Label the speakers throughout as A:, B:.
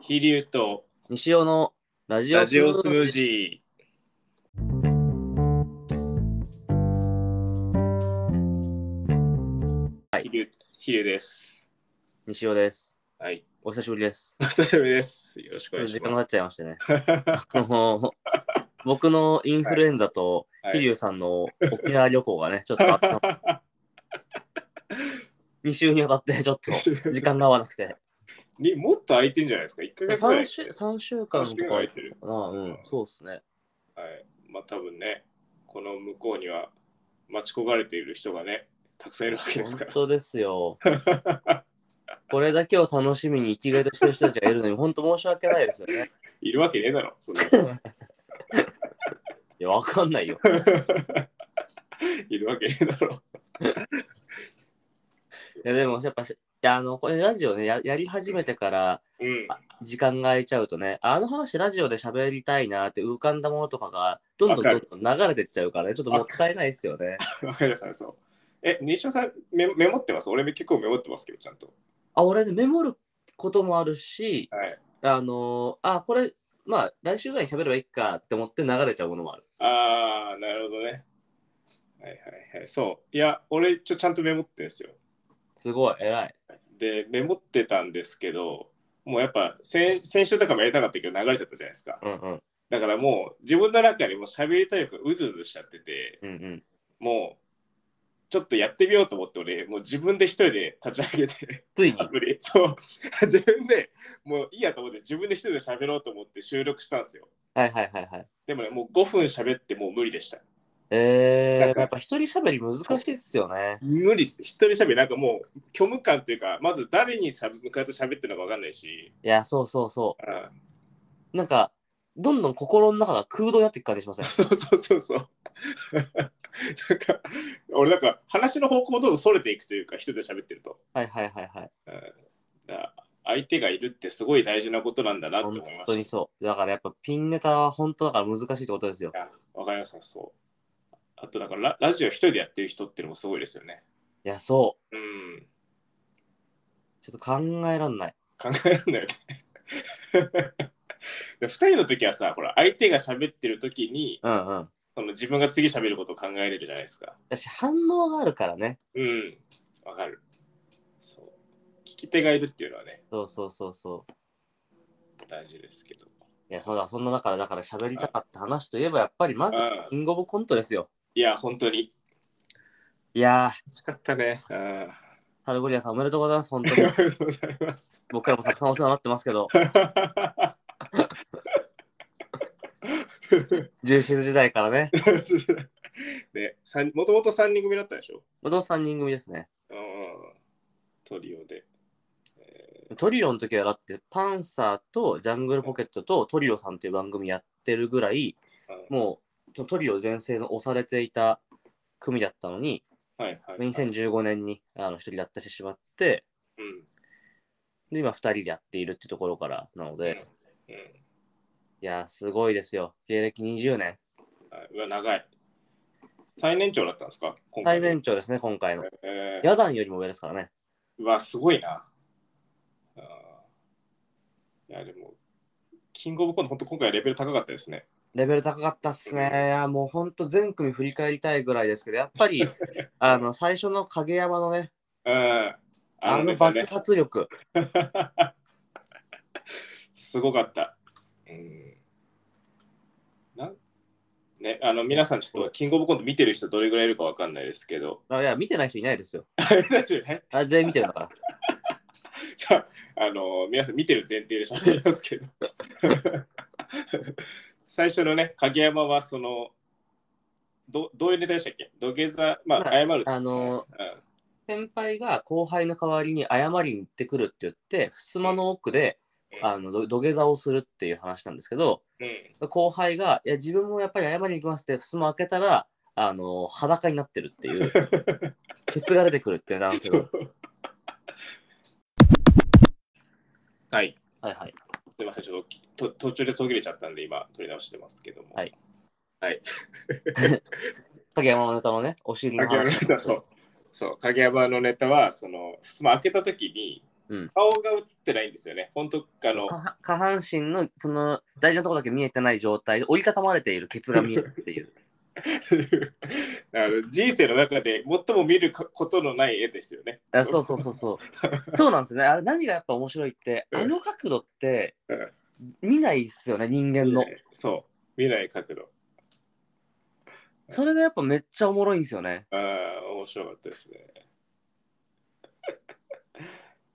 A: 飛龍と
B: 西尾のラジオ
A: ラジオスムー
B: ー
A: ジー。
B: は
A: 飛
B: い
A: 龍飛龍です。
B: 西尾です。
A: はい。
B: お久しぶりです。
A: お久しぶりです。よろしくお願い
B: 時
A: し
B: 間が経
A: ま
B: っ
A: す。
B: ちゃいましてね。 あの僕のインフルエンザと
A: はい
B: 飛龍さんの沖縄旅行がね、ちょっと あった2週にわたってちょっと時間が合わなくて。
A: にもっと空いてんじゃないですか。1ヶ月ぐら
B: 3
A: い。
B: 週三週間
A: 三
B: と
A: 週
B: か
A: 間空いてる。
B: かな、うん、そうっすね。
A: はい。まあ多分ね、この向こうには待ち焦がれている人がね、たくさんいるわけですか
B: 本当で すよ。これだけを楽しみに生きがいとしてる人たちがいるのに、本当申し訳ないですよね。
A: ら。いるわけねえだろ。そんな
B: いや、わかんないよ。
A: いるわけねえだろ。
B: いや、でもやっぱし、いやあの、これラジオねや、やり始めてから、
A: うん。
B: 時間が空いちゃうとね、あの話ラジオで喋りたいなって浮かんだものとかが、どんどんどんどん流れてっちゃうからね、ちょっともったいないですよね。
A: わかりましたね、そう。え、西尾さんメ、メモってます俺結構メモってますけど、ちゃんと。
B: あ、俺ね、メモることもあるし、
A: はい。
B: あのーあ、これ、まあ、来週ぐらいに喋ればいいかって思って流れちゃうものもある。
A: ああ、なるほどね。はいはいはい。そう。いや、俺、ちょ、ちゃんとメモってんですよ。
B: すごい、偉い。
A: で、メモってたんですけど、もうやっぱ先、先週とかもやりたかったけど、流れちゃったじゃないですか。
B: うんうん。
A: だからもう、自分の中にもう喋りたい欲がうずうずしちゃってて、
B: うんうん。
A: もう、ちょっとやってみようと思って、俺、もう自分で一人で立ち上げて。
B: ついに
A: ア。プリそう。自分でもういいやと思って自分で一人で喋ろうと思って収録したんですよ。
B: はいはいはいはい。
A: でもね、もう5分喋ってもう無理でした。な
B: え
A: ん
B: ー、
A: か
B: やっぱ一人喋り難しいっすよね。
A: 無理っす。一人喋り、なんかもう虚無感というか、まず誰にさ向かって喋ってるのか分かんないし、
B: いや、そうそうそ
A: あ
B: う。なんか、どんどん心の中が空洞になっていく感じしません
A: あそうそうそうそう。なんか、俺なんか話の方向をどんどん逸れていくというか、一人で喋ってると。
B: はいはいはいはい。
A: だから相手がいるってすごい大事なことなんだなって思い
B: 本
A: ま
B: 当
A: し
B: にそう。だからやっぱピンネタは本当だから難しいってことですよ。
A: た。あわかりました、そう。あと、だからララジオ一人でやってる人ってのもすごいですよね。
B: いや、そう。
A: うん。
B: ちょっと考えらんない。
A: 考えられないよね。で2人の時はさ、ほら、相手が喋ってる時に、
B: うんうん。
A: その自分が次喋ることを考えれるじゃないですか。
B: だし、反応があるからね。
A: うん、わかる。そう。聞き手がいるっていうのはね、
B: そうそうそうそう。
A: 大事ですけど。
B: いや、そうだ、そんなだから、だから喋りたかった話といえば、やっぱりまず、キングオブコントですよ。
A: いや、本当に。
B: いや
A: 惜しかったね。うん。
B: ー、タルゴリアさんおめでとうございます。本
A: あ
B: 当
A: り
B: に
A: が。とうござい ます。
B: 僕らもたくさんお世話になってますけど、重心時代からね。
A: ね、三もともと3人組だったでしょ。
B: もともと3人組ですね。
A: うん。トリオで。え
B: トリオの時はだって、パンサーとジャングルポケットとトリオさんっていう番組やってるぐらい、
A: ーうん
B: もうトリオ全盛の押されていた組だったのに、
A: はいはい、はい。
B: 2015年にあの一人脱退してしまって、
A: うん。
B: で、今二人でやっているってところからなので、い
A: うんうん
B: やー、すごいですよ。芸歴20年。
A: はいうわ、長い。最年長だったんですか今
B: 最
A: 回
B: 年長ですね、今回の。
A: えー
B: 野団よりも上ですからね。
A: うわ、すごいな。あーいや、でも、キングオブコント、本当今回レベル高かったですね。
B: レベル高かったっすね。
A: うん
B: いやもうほんと全組振り返りたいぐらいですけど、やっ ぱり、あの、最初の影山のね、
A: うん。
B: あの
A: ネタ
B: 爆
A: ね、
B: 発力。
A: すごかった。うん。なんね、あの皆さん、ちょっとキングオブコント見てる人どれぐらいいるかわかんないですけ ど、
B: あいや、見てない人いないですよ。
A: あれだよね
B: あ全員見てるんだから。
A: じゃあ、あの皆さん見てる前提で喋りますけど。 最初のね、影山はその、どどういうネタでしたっけ土下座、まあ、
B: まあ
A: 謝る。
B: あの先輩が後輩の代わりに謝りに行ってくるって言って、襖の奥で、
A: うん
B: あのど土下座をするっていう話なんですけど、
A: うん、うん
B: 後輩が、いや、自分もやっぱり謝りに行きますって、襖開けたら、あの、裸になってるっていう、 ケツが出てくるってなんですけ
A: そ
B: ど、
A: うはい、
B: はいはい。
A: すみません、ちょっときと途中で途切れちゃったんで、今、取り直してますけども。
B: はい
A: はい。
B: 影山のネタのね、お尻の
A: 影山のネ
B: 話。
A: タ、そう。そう、影山のネタは、その、襖開けたときに、
B: うん
A: 顔が映ってないんですよね。本当あの
B: 下半下半身のその大事なところだけ見えてない状態で折りたたまれているケツが見えるっていう
A: あの人生の中で最も見ることのない絵ですよね。
B: あそうそうそ うそうそうなんですよねあれ何がやっぱ面白いって
A: うん
B: あの角度って
A: うん
B: 見ないっすよね人間の
A: そう、未来角度。
B: それがやっぱめっちゃおもろいんですよね
A: ああ、面白かったですね。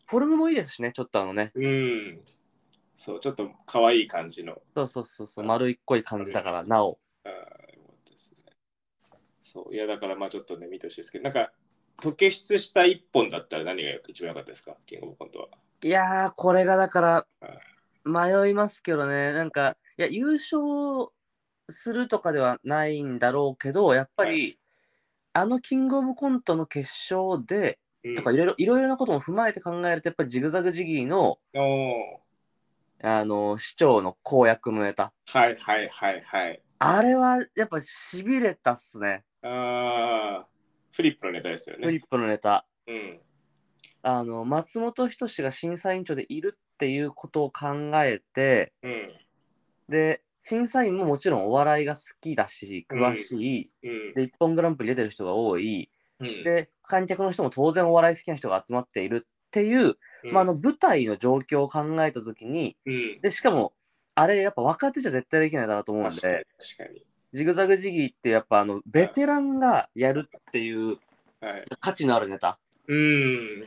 B: フォルムもいいですしねちょっとあのね
A: うん。そう、ちょっと可愛い感じの。
B: そうそうそうそううん丸いっこい感じだからなお
A: ああ、よかったですね。そう、いや、だからまあちょっとね、見てほしいですけど、なんか、特決出した一本だったら何が一番良かったですかキングオブコントは。
B: いやーこれがだから迷いますけどねなんかいや優勝するとかではないんだろうけどやっぱり、
A: は
B: あのキングオブコントの決勝で
A: うん
B: とかいろいろいろいろなことも踏まえて考えるとやっぱりジグザグジギーの
A: おお
B: あの市長の公約のネタ
A: はいはいはいはい。
B: あれはやっぱしびれたっすね
A: ああ、フリップのネタですよ
B: フリ
A: ね。
B: ップのネタ
A: うん。
B: あの松本人志が審査委員長でいるっていうことを考えて、
A: うん。
B: で審査員ももちろんお笑いが好きだし
A: うん
B: 詳しい、
A: うん。
B: で一本グランプリ出てる人が多い
A: うん、
B: で観客の人も当然お笑い好きな人が集まっているっていう、
A: うん
B: まあ、あの、舞台の状況を考えた時に
A: うん。
B: でしかもあれやっぱ若手じゃ絶対できないだろうと思うん
A: 確かに
B: で
A: 確かに。
B: ジグザグジギーってやっぱあのベテランがやるっていう
A: はい。
B: 価値のあるネタ
A: うん。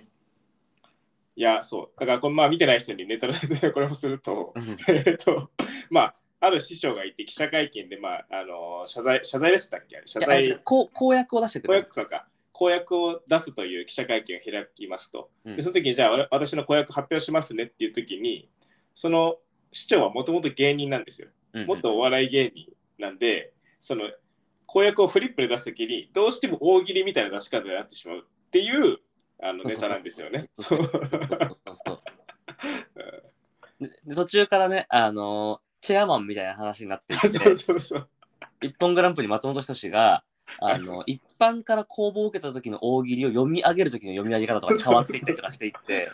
A: いや、そう。だから、これ、まあ、見てない人にネタの説明をこれもすると、 えっと、まあ、ある師匠がいて、記者会見で、まあ、あの謝罪、謝罪でしたっけ謝
B: いや
A: 罪、
B: こう公約を出してく
A: 公
B: れる
A: 約そうか。公約を出すという記者会見を開きますと。
B: うん
A: で、その時に、じゃあ、わ私の公約発表しますねっていう時に、その市長はもともと芸人なんですよ。
B: うん
A: もっとお笑い芸人なんで、その公約をフリップで出すときに、どうしても大喜利みたいな出し方になってしまうっていうあのネタなんですよね。そ
B: そ
A: うう。
B: そうそうそうでで途中からね、あのーチェアマンみたいな話になってい
A: そ
B: っ
A: う そうそう。
B: て、一本グランプリ松本人志が、あの一般から公募を受けた時の大喜利を読み上げる時の読み上げ方とかに変わっていったりとかしていって、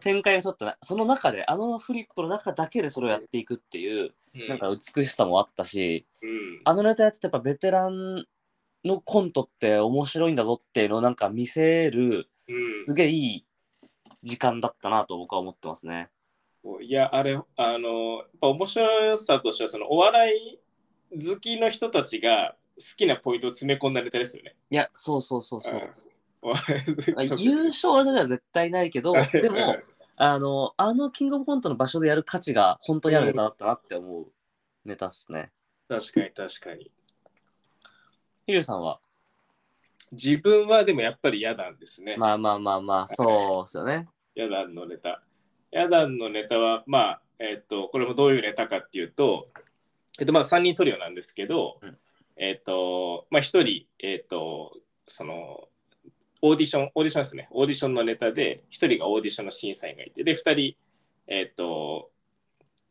B: 展開を取ったな、その中で、あのフリップの中だけでそれをやっていくっていう、
A: うん
B: なんか美しさもあったし、
A: うん、
B: あのネタやっててやっぱベテランのコントって面白いんだぞっていうのをなんか見せる、
A: うん
B: すげえいい時間だったなと僕は思ってますね。
A: こういや、あれ、あの、やっぱ面白さとしては、そのお笑い好きの人たちが好きなポイントを詰め込んだネタですよね。
B: いや、そうそうそうそう。
A: んお笑い好きの
B: まあ
A: 人たち
B: 優勝では絶対ないけど、でも、あの、あのキングオブコントの場所でやる価値が本当にあるネタだったなって思うネタっすね。
A: 確かに確かに。
B: ひるさんは、
A: 自分はでもやっぱり嫌なんですね。
B: まあまあまあまあ、そうっすよね。
A: ヤダンのネタ。ヤダンのネタは、まあ、えっと、これもどういうネタかっていうと、えっと、まあ、3人トリオなんですけど、
B: うん
A: えっと、まあ、1人、えっと、その、オーディション、オーディションですね。オーディションのネタで、1人がオーディションの審査員がいて、で、2人、えっと、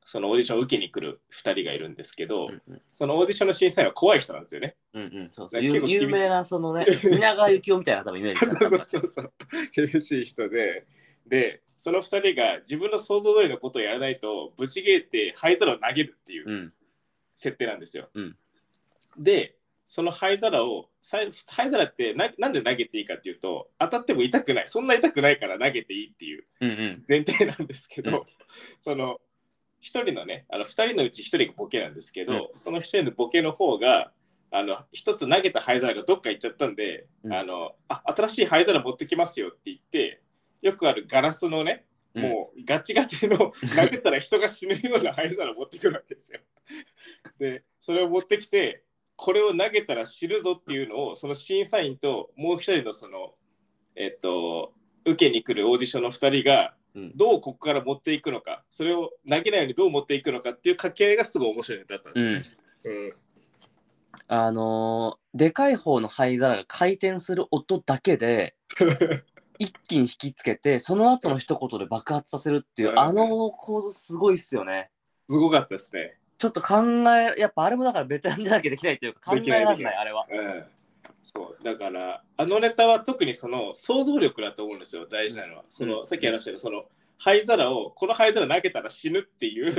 A: そのオーディションを受けに来る2人がいるんですけど、
B: うんうん
A: そのオーディションの審査員は怖い人なんですよね。
B: うんうん、そうそう。
A: 結
B: 有
A: 構
B: 有名な、そ のね、皆川幸雄みたいな多分イメージ
A: そうそう
B: だ、
A: そうそう。厳しい人で。で、その2人が自分の想像通りのことをやらないと、ぶち切れて灰皿を投げるっていううん設定なんですよ。
B: うん
A: で、その灰皿を、さい灰皿ってななんで投げていいかっていうと、当たっても痛くない、そんな痛くないから投げていいっていう
B: うんうん。
A: 前提なんですけど、
B: う
A: その1人のねあの2人のうち1人がボケなんですけど、その1人のボケの方があの1つ投げた灰皿がどっか行っちゃったんで、
B: うん
A: あのあ新しい灰皿持ってきますよって言ってよくあるガラスのね
B: うん
A: もうガチガチの投げたら人が死ぬような灰皿持ってくるわけですよ。でそれを持ってきてこれを投げたら死ぬぞっていうのをその審査員ともう一人のそのえっと受けに来るオーディションの2人が
B: うん
A: どうここから持っていくのかそれを投げないようにどう持っていくのかっていう掛け合いがすごい面白いネタだったんです
B: う
A: よ。
B: ん、
A: うん
B: あのーでかい方の灰皿が回転する音だけで一気に引きつけてその後の一言で爆発させるっていう
A: うん
B: あの構図すごいっすよね。
A: すごかったですね。
B: ちょっと考え、やっぱあれもだからベテランじゃなきゃできないというか、考
A: で
B: え
A: きない
B: られない、あれは。
A: うん、そうだからあのネタは特にその想像力だと思うんですよ大事なのは、そのさっき話したけどその灰皿をこの灰皿投げたら死ぬっていう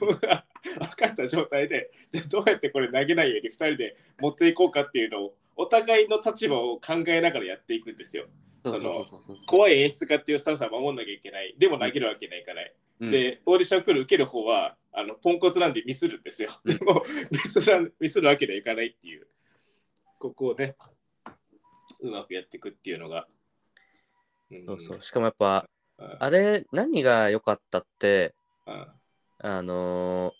A: のが分かった状態でじゃあどうやってこれ投げないように2人で持っていこうかっていうのをお互いの立場を考えながらやっていくんですよ。
B: そうそうそうそうそう。
A: 怖い演出家っていうスタンスは守んなきゃいけないでも投げるわけないから、
B: うん、
A: でオーディション来る受ける方はあのポンコツなんでミスるんですよ。でもミスらミスるわけにはいかないっていうここをねうまくやっていくっていうのが。うん
B: そうそう。しかもやっぱ、
A: うん
B: あれ、何が良かったって、
A: うん
B: あのー、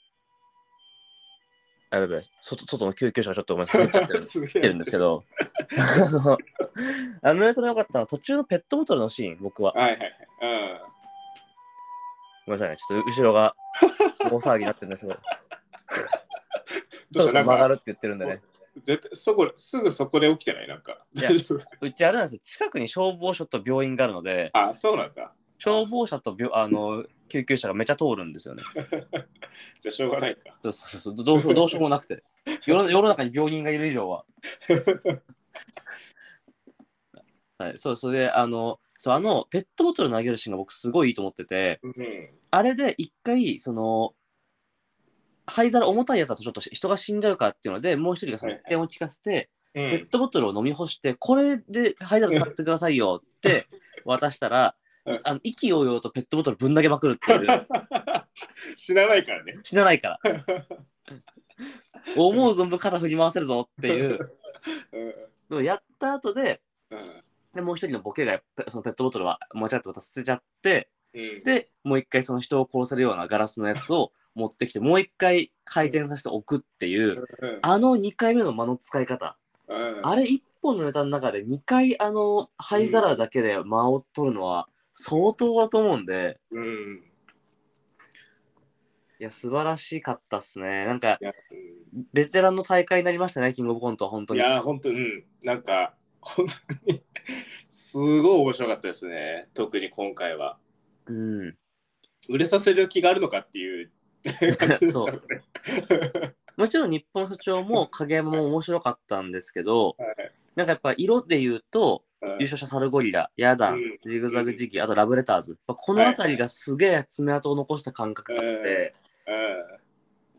B: あ、やべやべ外、外の救急車がちょっとお前、滑っちゃってる
A: す
B: 来
A: げ
B: て
A: え
B: るんですけど、あの、あのネタの良かったのは途中のペットボトルのシーン、僕は。
A: はいはいはい。
B: ごめんなさいね、ちょっと後ろが大騒ぎになってるんですけ
A: う
B: ど、
A: ん、どうしたなん
B: 曲がる
A: か
B: って言ってるんでね。
A: 絶対そこすぐそこで起きてないなんか。
B: いやうちあれなんですよ、近くに消防署と病院があるので、
A: あそうなんだ。
B: 消防車と病あの救急車がめちゃ通るんですよね。
A: じゃあしょうがないか。
B: そうそうそう、どうし ようどうしようもなくて。世の世の中に病人がいる以上は。 はい、そう、それで、あの、そう、あの、ペットボトル投げるシーンが僕すごいいいと思ってて、
A: うん
B: あれで一回、その、灰皿重たいやつだとちょっと人が死んじゃうからっていうので、もう一人がその
A: はいはい
B: 点を聞かせて、
A: う
B: ペッ
A: ん、
B: トボトルを飲み干して、これで灰皿使ってくださいよって渡したら
A: うん、
B: あの意気揚々とペットボトルぶん投げまくるっ ていう。
A: 知らないからね。
B: 死なない から。思う存分肩振り回せるぞっていう
A: う
B: のをやった後で、
A: んうん
B: でもう一人のボケがペそのペットボトルは間違って渡せちゃって、
A: うん、
B: で、もう一回その人を殺せるようなガラスのやつを持ってきて、もう一回回転させておくっていう、
A: うん
B: あの2回目の間の使い方、
A: うん
B: あれ1本のネタの中で2回あの灰皿だけで間を取るのは相当だと思うんで、
A: うん
B: いや、素晴らしかったっすね。なんか
A: い、や
B: ベテランの大会になりましたね、キングオブコントは本当
A: うんい
B: に。
A: や本当に、うん、なんか本当にすごい面白かったですね特に今回は
B: うん。
A: 売れさせる気があるのかっていう 感じでしたね
B: もちろん日本の社長も影山も面白かったんですけど、
A: はい
B: なんかやっぱ色で言うと、
A: うん
B: 優勝者サルゴリラ、ヤダ
A: うん
B: ン、ジグザグジギー、あとラブレターズ。まあこの辺りがすげえ爪痕を残した感覚があって、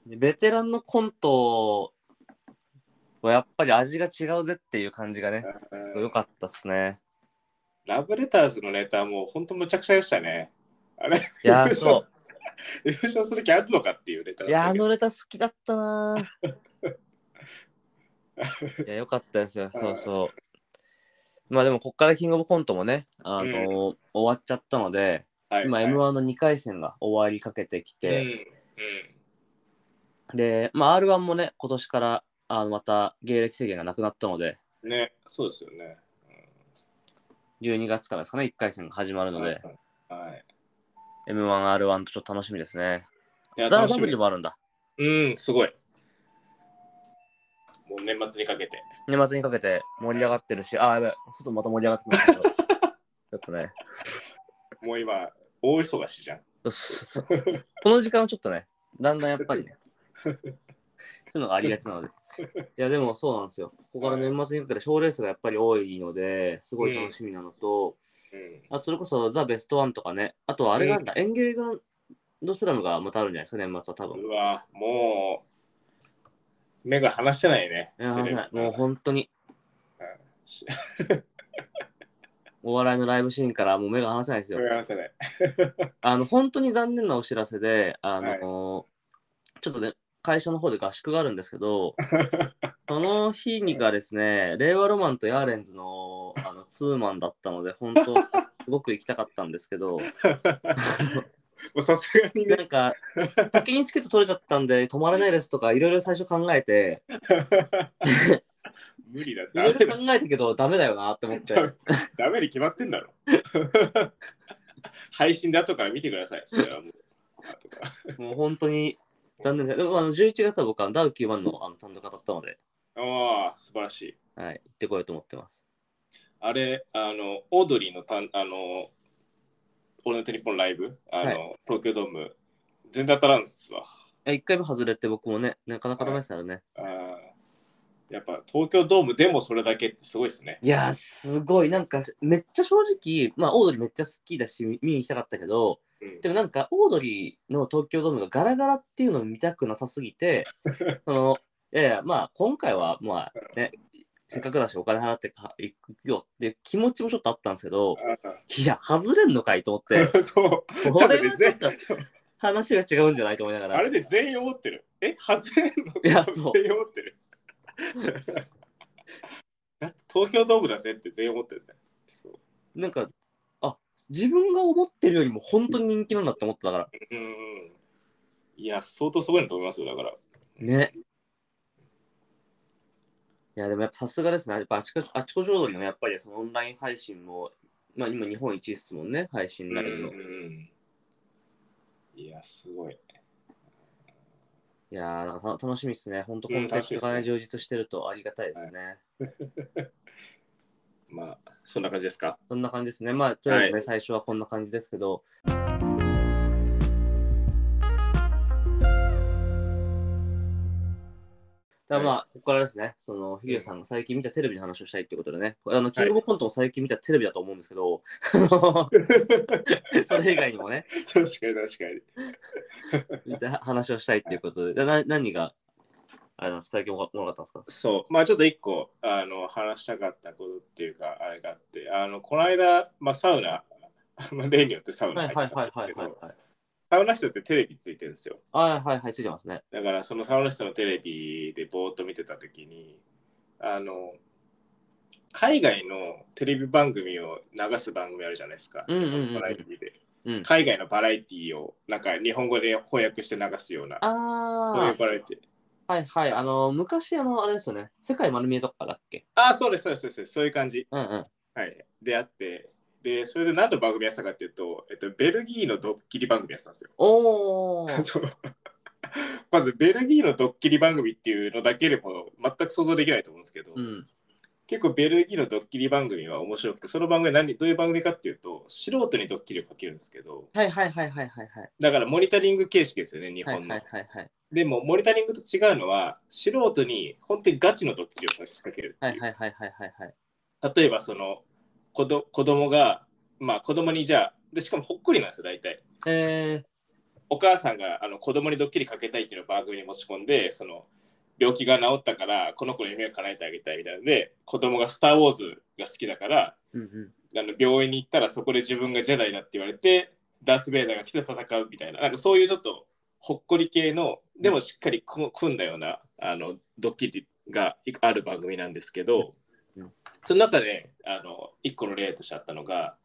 B: ベテランのコントはやっぱり味が違うぜっていう感じがね、
A: うんうん
B: 良かったっ すね。
A: ラブレターズのネタもう本当むちゃくちゃでしたねあれ
B: いやー、そう。
A: 優勝する気あるのかっていうネタ
B: いや、
A: だった
B: あ
A: けど
B: のネタ好きだったな ぁいや、よかったですよ。そうそう。まあでも、こっからキングオブコントもね、あのー終わっちゃったので、
A: はい
B: 今
A: はい
B: M1 の2回戦が終わりかけてき
A: うんう
B: て、
A: ん
B: で、まあ R1 もね、今年からあのまた芸歴制限がなくなったので、
A: ねそうですよね、
B: 12月からですかね、1回戦が始まる
A: うん
B: ので、
A: はい、
B: M1、R1 とちょっと楽しみですね。
A: いや
B: ザ・
A: 楽しみ
B: W もあるんだ。
A: うん、すごい。もう年末にかけて。
B: 年末にかけて盛り上がってるし、あー、やべえ、外また盛り上がってきましたけどち ょっとね。
A: もう今、大忙しじゃん。
B: そうそうそうこの時間はちょっとね、だんだんやっぱ りね、そういうのがありがちなので。いや、でもそうなんですよ。ここから年末にかけて賞レースがやっぱり多いので、すごい楽しみなのと、
A: うん、
B: あそれこそザ・ベストワンとかね、あとはあれなんだ、エンゲーグのスラムがまたあるんじゃないですか、年末は多分。
A: うわ、もう、目が離してないね。
B: いや話せない
A: テレビ
B: もう本当に、
A: し
B: お笑いのライブシーンからもう目が離せないですよ
A: 目。が離せ ない。
B: あの、本当に残念なお知らせで、あのーちょっとね、会社の方で合宿があるんですけ ど、その日にがですね、令和ロマンとヤーレンズのあのツーマンだったので、本当、すごく行きたかったんですけど、
A: もうさすがにね。
B: なんか、先にチケット取れちゃったんで、泊まれないですとか、いろいろ最初考えて、
A: 無理だ。
B: いろ
A: ダ
B: い
A: メ
B: ろ
A: だ
B: 考。えたけど、ダメだよなって思って、
A: ダメに決まってんだろ。配信で後から見てください。それはもう。後から
B: もう本当に残念ですでもあの11月は僕はダウ9万のあの単独当たったので、
A: ああ、素晴らしい。
B: はい、行ってこようと思ってます。
A: あれ、あの、オードリーのたん、あの、俺のテニポンライブ、あの、
B: は
A: 東京ドーム、全然当たらんっすわ。
B: 1回目外れて、僕もね、なかなか当たらないですからね。
A: あーやっぱ東京ドームでもそれだけってすごいですね。
B: いやー、すごい。なんか、めっちゃ正直、まあ、オードリーめっちゃ好きだし、見見に行きたかったけど、
A: うん
B: でもなんか、オードリーの東京ドームがガラガラっていうのを見たくなさすぎ て、その、いやいや、まあ、今回は、まあ、ね、せっかくだし、お金払ってか行くよって気持ちもちょっとあったんですけど、いや、外れんのかいと思 って、
A: そう。
B: これはちょっと話が違うんじゃないと思いなが
A: あ
B: ら、
A: れで全員思ってる。え、外れんの
B: いやそう
A: 全員思ってる。 だって東京ドームだぜって全員思ってるね。そう
B: なんか、あ自分が思ってるよりも本当に人気なんだって思ったから、
A: うん。いや、相当すごいなと思いますよ、だから。
B: ね。いや、でもやっぱさすがですね。やっぱあちこち、あちこち踊りのやっぱりそのオンライン配信も、まあ今日本一ですもんね、配信ライブの。
A: うんう
B: い
A: んいや、すごい。
B: やー、だからた楽しみですね。本当
A: うん
B: コンテン
A: 楽しみで
B: ツ
A: す
B: が
A: ね
B: ね、充実してるとありがたいですね。
A: まあ、そんな感じです か。
B: そんな感じですね。まあ、とりあえずね、
A: は
B: 最初はこんな感じですけど。だからまあ、ここからですね、その、ヒゲさんが最近見たテレビの話をしたいっていうことでね、あの、キングオブコントも最近見たテレビだと思うんですけ ど、それ以外にもね、
A: 確かに確かに。
B: 見た話をしたいっていうことで、だな何が、あの、最近おもろかったんですか
A: そう、まあちょっと一個あの話したかったことっていうか、あれがあって、あのこの間、まあ、サウナ、あの例によってサウ
B: は
A: ナ
B: い
A: 入
B: はい
A: って
B: は
A: た
B: い
A: ん
B: は
A: だ
B: い
A: け
B: はい
A: ど、。サウナ室ってテレビついてるんですよ。
B: はいはいはい、ついてますね。
A: だからそのサウナ室のテレビでぼーっと見てたときに、あの海外のテレビ番組を流す番組あるじゃないですか、
B: うんうんうんうん
A: バラエティで。
B: うん。
A: 海外のバラエティをなんか日本語で翻訳して流すような、そうい
B: あ
A: うバラエティ。
B: あ、はいはい。あの、昔、あの、あれですよね、世界丸見えとかだっけ
A: ああ、そうです、そうです、そうです、そういう感じ。
B: うんうん。
A: はい、であって、で、それで何の番組やってたかっていうと、えっと、ベルギーのドッキリ番組やってたんですよ。
B: お ー。
A: そうまず、ベルギーのドッキリ番組っていうのだけでも全く想像できないと思うんですけど、
B: うん。
A: 結構ベルギーのドッキリ番組は面白くて、その番組は何どういう番組かっていうと、素人にドッキリをかけるんですけど、
B: はいはいはいはいはいはい。
A: だからモニタリング形式ですよね、日
B: はい
A: 本の。
B: はいはいはい。
A: でも、モニタリングと違うのは、素人に本当にガチのドッキリを仕掛けるって。
B: はいいうはいはいはいはいはい。
A: 例えばその子ど子供がまあ子供にじゃあでしかもほっこりなんですよ大体
B: え
A: お母さんがあの子供にドッキリかけたいっていうのを番組に持ち込んでその病気が治ったからこの子の夢を叶えてあげたいみたいなので子供が「スター・ウォーズ」が好きだから
B: ー。うんうん。
A: あの病院に行ったらそこで自分がジェダイだって言われてダース・ベイダーが来て戦うみたいななんかそういうちょっとほっこり系のでもしっかりく組んだようなあのドッキリがいある番組なんですけど
B: うん
A: その中であの一個の例としてあったのが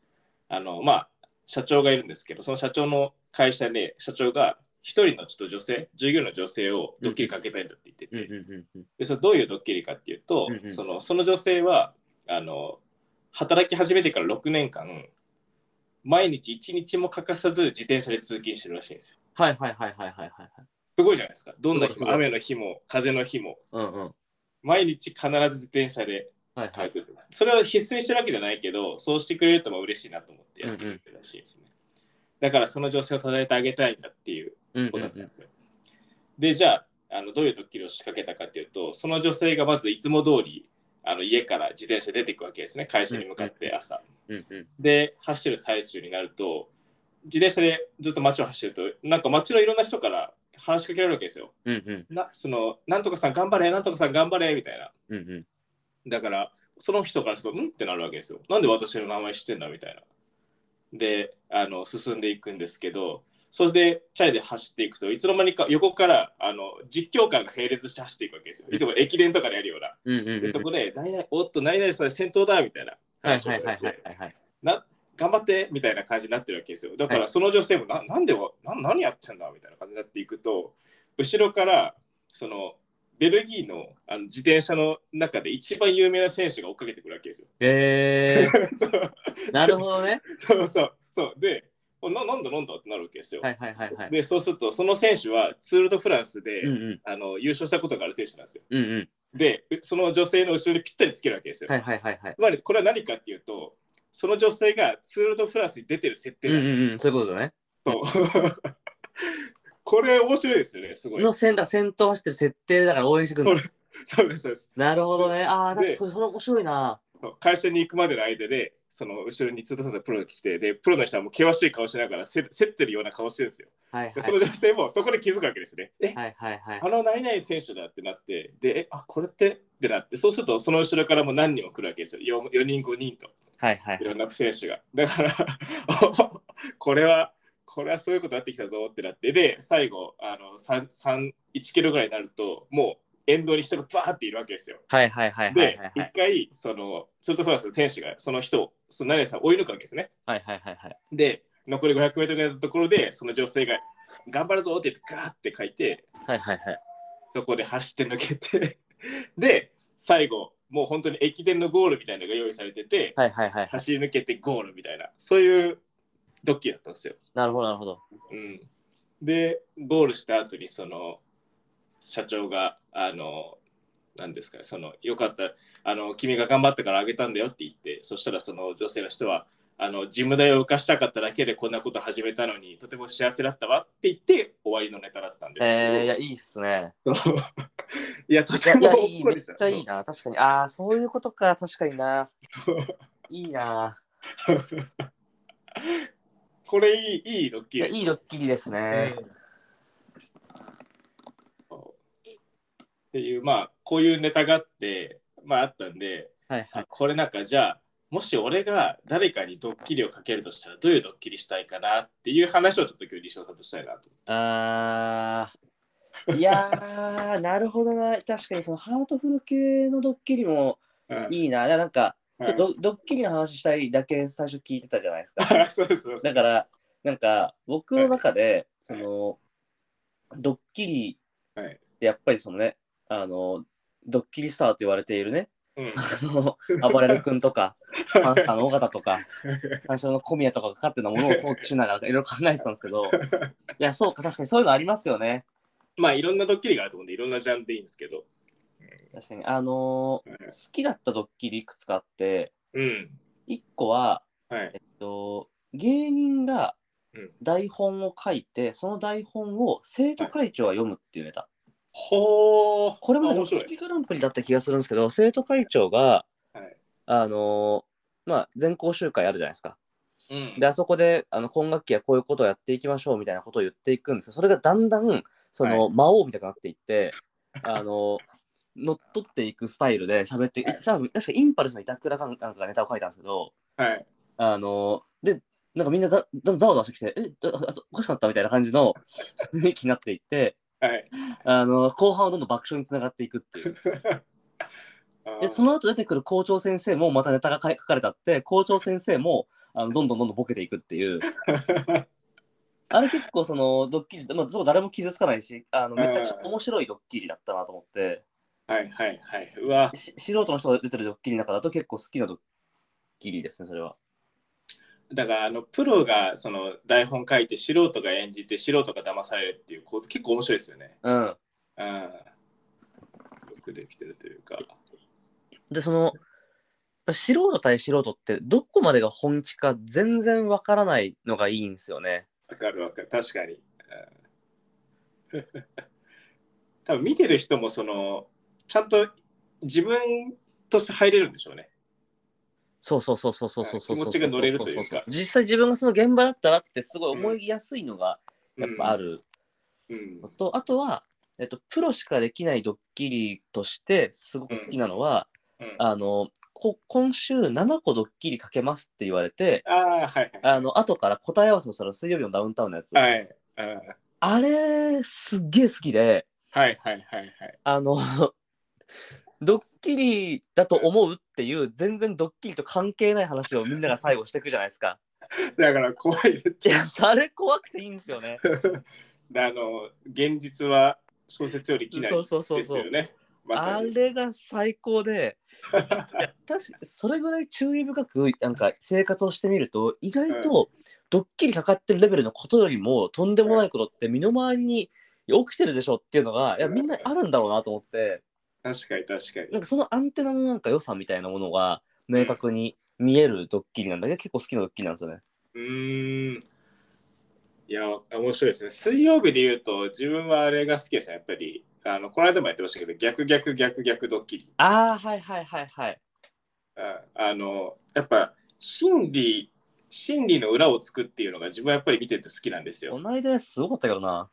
A: あのまあ社長がいるんですけどその社長の会社で社長が一人のちょっと女性従業員の女性をドッキリかけたいんだって言ってて、
B: うんうんうんうん。
A: でそれどういうドッキリかっていうと、
B: うんうん
A: そのその女性はあの働き始めてから6年間毎日1日も欠かさず自転車で通勤してるらしいんですよ。
B: はいはいはいはいはいはい。
A: すごいじゃないですか。どんな日
B: すごいすご
A: も
B: い
A: 雨の日も風の日も
B: うんうん。
A: 毎日必ず自転車で
B: はいは
A: 帰っ
B: い。
A: てる。それを必須にしてるわけじゃないけどそうしてくれるとも嬉しいなと思ってやってるらしいですね。だからその女性を叩いてあげたいんだっていう
B: うん
A: こ
B: うん
A: とだ
B: う
A: ったん
B: ん
A: で。すよ。で、じゃああの、どういうドッキリを仕掛けたかっていうと、その女性がまずいつも通りあの家から自転車で出ていくわけですね、会社に向かって朝。
B: うんうん。
A: で、走る最中になると、自転車でずっと街を走ってると、なんか街のいろんな人から話しかけられるわけですよ。
B: うんうん
A: な、その、なんとかさん頑張れ、なんとかさん頑張れ、みたいな。
B: うんうん。
A: だから、その人からすると、んってなるわけですよ。なんで私の名前知ってんだみたいな。で、あの進んでいくんですけど、それでチャリで走っていくといつの間にか横からあの実況官が並列して走っていくわけですよ。いつも駅伝とかでやるような。
B: うんうんうん。
A: でそこで、何々おっと、何々さん先頭だみたいな
B: はい
A: 話を
B: はいはいは
A: して
B: いはいはい。
A: な頑張ってみたいな感じになってるわけですよ。だか
B: は
A: らその女性もななんでわな何やってんだみたいな感じになっていくと後ろからそのベルギーのあの自転車の中で一番有名な選手が追っかけてくるわけですよ。
B: え
A: そう
B: ー。なるほどね。
A: そうそうそうでおななんだなんだってなるわけですよ。
B: はいはいはいはい。
A: でそうするとその選手はツール・ド・フランスで、
B: うんうん
A: あの優勝したことがある選手なんですよ。
B: うんうん。
A: でうその女性の後ろにぴったりつけるわけですよ。
B: はいはいはいはい
A: つ。まりこれは何かっていうとその女性がツール・ド・フランスに出てる設定
B: うん
A: なんですよ。
B: うんうん。そういうことだね。
A: そうこれ面白いですよね、すごい。
B: の先だ、先頭走ってる設定だから応援してくる
A: そ
B: の。
A: れそうですそうです
B: なるほどね。ああ、確か
A: で
B: にそれそれ面白いな。
A: そう会社に行くまでの間でその後ろにツートサープロが来てでプロの人はもう険しい顔しながらせ競ってるような顔してるんですよ
B: はいはい
A: で。その女性もそこで気づくわけですね、え
B: はいはいはい
A: あ。の何々選手だってなってでえあこれってってなってそうするとその後ろからも何人も来るわけですよ 4, 4人5人と
B: はいはい
A: い。ろんな選手がだから これはこれはそういうことになってきたぞってなってで最後あの3 3 1キロぐらいになるともう沿道に人がバーっているわけですよ
B: はいはいはいはいはい
A: で、
B: は
A: 一
B: い。
A: 回、その、ツートフランスの選手が、その人を、その何々さんを追い抜くわけですね。
B: はいはいはいはい。
A: で、残り 500m ぐらいのところで、その女性が、頑張るぞって言って、ガーって書いて、
B: はいはいはい。
A: そこで走って抜けて、 で、最後、もう本当に駅伝のゴールみたいなのが用意されてて、
B: はいはいはい。
A: 走り抜けてゴールみたいな、そういうドッキリだったんですよ。
B: なるほどなるほど。
A: うん、で、ゴールした後に、その、社長が、あの、なんですかね、その、よかった、あの、君が頑張ったからあげたんだよって言って、そしたらその女性の人は、あの、事務代を浮かしたかっただけでこんなこと始めたのに、とても幸せだったわって言って、終わりのネタだったんです
B: えー、い
A: け
B: や、いいっすね。
A: ど、いや、と
B: い
A: て
B: や、い
A: も
B: や、
A: ほっ
B: いい、
A: こ
B: めっ
A: りした
B: ちゃいいな。確かに。ああ、そういうことか。確かにな。いいな。
A: これいい、いいドッキ
B: いや、
A: リで
B: い
A: し
B: いドッキリです
A: た
B: ね。
A: っていう、まあ、こういうネタがあって、まあ、あったんで、
B: はいはい。
A: これなんかじゃあもし俺が誰かにドッキリをかけるとしたらどういうドッキリしたいかなっていう話をちょっと今日西尾さんとしたいなと。
B: あーいやー、なるほどな。確かにそのハートフル系のドッキリも
A: うん
B: いいな。いやなんか、
A: うん
B: ちょっとドドッキリの話したいだけ最初聞いてたじゃないです か。
A: そうですそうです。
B: だ から、なんか僕の中で、その、ドッキリ
A: はい
B: ってやっぱりそのね、あの、ドッキリスターと言われているね、
A: うん
B: あの、暴れる君と か、パンサーの尾形とか、最初の小宮とかが勝手なものを想起しながらいろいろ考えてたんですけど、いや、そうか、確かにそういうのありますよね。
A: まあいろんなドッキリがあると思うんでいろんなジャンルでいいんですけど。
B: 確かに。あのー好きだったドッキリいくつかあって、
A: うん。
B: 1個は、
A: はい。
B: えっと、芸人が
A: うん
B: 台本を書いて、その台本を生徒会長が読むっていうネタ。
A: ほー。
B: これもね、ド
A: 面白
B: ッキ
A: い。
B: リグランプリだった気がするんですけど、生徒会長が、
A: はい
B: あのーまあ、全校集会あるじゃないですか。
A: うん
B: で、あそこで、あの、今学期はこういうことをやっていきましょうみたいなことを言っていくんですけど、それがだんだん、その、魔王みたいになっていって、あの、乗っ取っていくスタイルで喋って、
A: はい
B: 多分確かインパルスの板倉かなんかがネタを書いたんですけど、
A: はい。
B: あの、で、なんかみんなざざざわざわしてきて、え、だあおかしかったみたいな感じの 雰囲気になっていって、
A: はい。
B: あの、後半はどんどん爆笑につながっていくっていう。で、そ
A: の
B: の後出てくる校長先生もまたネタが書い書かれたって、校長先生も、あのどんどんどんどんボケていくっていう。あれ結構そのドッキリ、まあ、そう誰も傷つかないしあのめっちゃ面白いドッキリだったなと思って、
A: はいはいはい。うわ。
B: し素人の人が出てるドッキリの中だと結構好きなドッキリですねそれは。
A: だからあのプロがその台本書いて素人が演じて素人が騙されるっていう構図結構面白いですよね。
B: うん、
A: うん。よくできてるというか。
B: でそのやっぱ素人対素人ってどこまでが本気か全然わからないのがいいんですよね。
A: わかるわかる確かに。うん 多分見てる人もそのちゃんと自分として入れるんでしょうね。
B: そうそうそうそうそうそうそうそ
A: 気持
B: う
A: ちが乗れるというか
B: そそそ実際自分がその現場だったらってすごい思いやすいのがやっぱあ
A: る。
B: る。
A: うん
B: のとあとは、えっと、プロしかできないドッキリとしてすごく好きなのは、
A: うん
B: あのこ今週7個ドッキリかけますって言われて
A: ああはい
B: あの後から答え合わせをしたら水曜日のダウンタウンのやつ、
A: はい。はいうん
B: あれすっげえ好きで
A: はいはいはいはい。
B: あの ドッキリだと思うっていう全然ドッキリと関係ない話をみんなが最後していくじゃないで すか。
A: だから怖いね
B: いやあれ怖くていいんですよね。
A: であの現実は小説よりきない
B: そうそうそう
A: で
B: そう
A: すよね。まさ
B: あ
A: に。
B: れが最高でいや確かそれぐらい注意深くなんか生活をしてみると意外とドッキリかかってるレベルのことよりもとんでもないことって身の回りに起きてるでしょっていうのがいやみんなあるんだろうなと思って
A: 確かに確かに。
B: なんかそのアンテナのなんか良さみたいなものが明確に見えるドッキリなんだけど結構好きなドッキリなんですよね。
A: うーん。いや、面白いですね。水曜日で言うと、自分はあれが好きですね。やっぱり、あのこの間もやってましたけど逆逆逆逆ドッキリ
B: ああ、はいはいはいはい。
A: ああのやっぱ心理心理の裏をつくっていうのが自分はやっぱり見てて好きなんです
B: こ
A: よ。
B: の間すごかったけどな。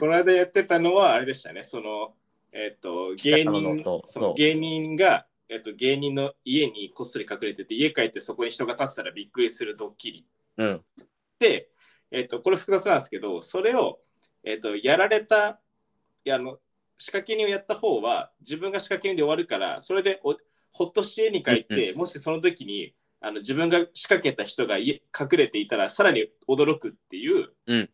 A: この間やってたのはあれでしたねそのえっ、と芸
B: 近くの
A: 人
B: と
A: そ
B: そ
A: の
B: う
A: 芸人が、えっと芸人の家にこっそり隠れてて家帰ってそこに人が立ってたらびっくりするドッキリ
B: うん。
A: で、えっとこれ複雑なんですけどそれを、えっとやられたいやあの仕掛け人をやった方は自分が仕掛け人で終わるからそれでおほっとして家に帰って、もしその時にあの自分が仕掛けた人が家隠れていたらさらに驚くっていう
B: うん